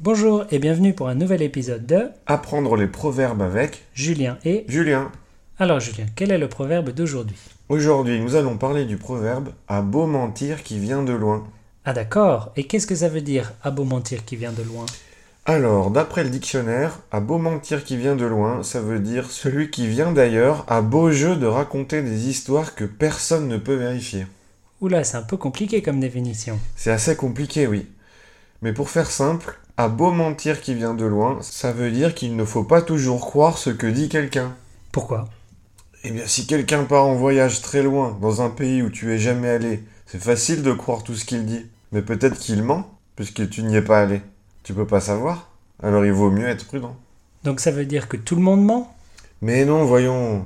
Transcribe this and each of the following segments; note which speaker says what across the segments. Speaker 1: Bonjour et bienvenue pour un nouvel épisode de
Speaker 2: Apprendre les proverbes avec
Speaker 1: Julien et...
Speaker 2: Julien.
Speaker 1: Alors Julien, quel est le proverbe d'aujourd'hui
Speaker 2: Aujourd'hui, nous allons parler du proverbe à beau mentir qui vient de loin.
Speaker 1: Ah d'accord, et qu'est-ce que ça veut dire à beau mentir qui vient de loin
Speaker 2: Alors, d'après le dictionnaire, à beau mentir qui vient de loin, ça veut dire celui qui vient d'ailleurs a beau jeu de raconter des histoires que personne ne peut vérifier.
Speaker 1: Oula, c'est un peu compliqué comme définition.
Speaker 2: C'est assez compliqué, oui. Mais pour faire simple, à beau mentir qui vient de loin, ça veut dire qu'il ne faut pas toujours croire ce que dit quelqu'un.
Speaker 1: Pourquoi
Speaker 2: Eh bien, si quelqu'un part en voyage très loin, dans un pays où tu es jamais allé, c'est facile de croire tout ce qu'il dit. Mais peut-être qu'il ment, puisque tu n'y es pas allé. Tu peux pas savoir. Alors il vaut mieux être prudent.
Speaker 1: Donc ça veut dire que tout le monde ment
Speaker 2: Mais non, voyons.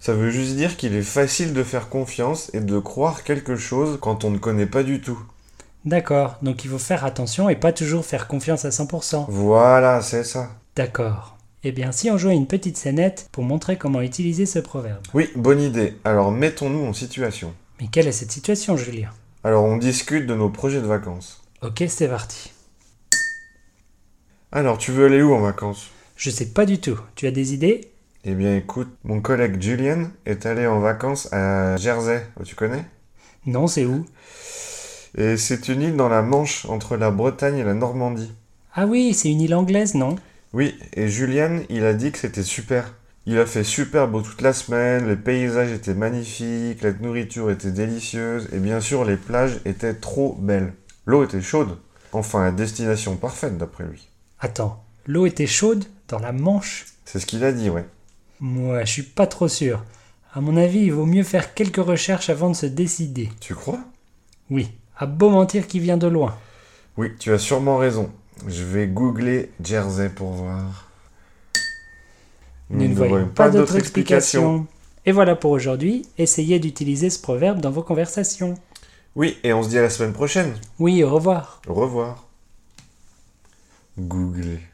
Speaker 2: Ça veut juste dire qu'il est facile de faire confiance et de croire quelque chose quand on ne connaît pas du tout.
Speaker 1: D'accord, donc il faut faire attention et pas toujours faire confiance à 100%.
Speaker 2: Voilà, c'est ça.
Speaker 1: D'accord. Eh bien si on jouait une petite scénette pour montrer comment utiliser ce proverbe.
Speaker 2: Oui, bonne idée. Alors mettons-nous en situation.
Speaker 1: Mais quelle est cette situation Julien
Speaker 2: Alors on discute de nos projets de vacances.
Speaker 1: Ok, c'est parti.
Speaker 2: Alors tu veux aller où en vacances
Speaker 1: Je sais pas du tout, tu as des idées
Speaker 2: Eh bien écoute, mon collègue Julian est allé en vacances à Jersey, oh, tu connais
Speaker 1: Non, c'est où
Speaker 2: Et c'est une île dans la Manche, entre la Bretagne et la Normandie.
Speaker 1: Ah oui, c'est une île anglaise, non
Speaker 2: Oui, et Julian, il a dit que c'était super. Il a fait super beau toute la semaine, les paysages étaient magnifiques, la nourriture était délicieuse, et bien sûr les plages étaient trop belles. L'eau était chaude. Enfin, la destination parfaite d'après lui.
Speaker 1: Attends, l'eau était chaude dans la Manche
Speaker 2: C'est ce qu'il a dit, ouais.
Speaker 1: Moi, je suis pas trop sûr. À mon avis, il vaut mieux faire quelques recherches avant de se décider.
Speaker 2: Tu crois
Speaker 1: Oui, à beau mentir qui vient de loin.
Speaker 2: Oui, tu as sûrement raison. Je vais googler Jersey pour voir.
Speaker 1: Nous ne voyons pas d'autre explication. Et voilà pour aujourd'hui. Essayez d'utiliser ce proverbe dans vos conversations.
Speaker 2: Oui, et on se dit à la semaine prochaine.
Speaker 1: Oui, au revoir.
Speaker 2: Au revoir. Googler.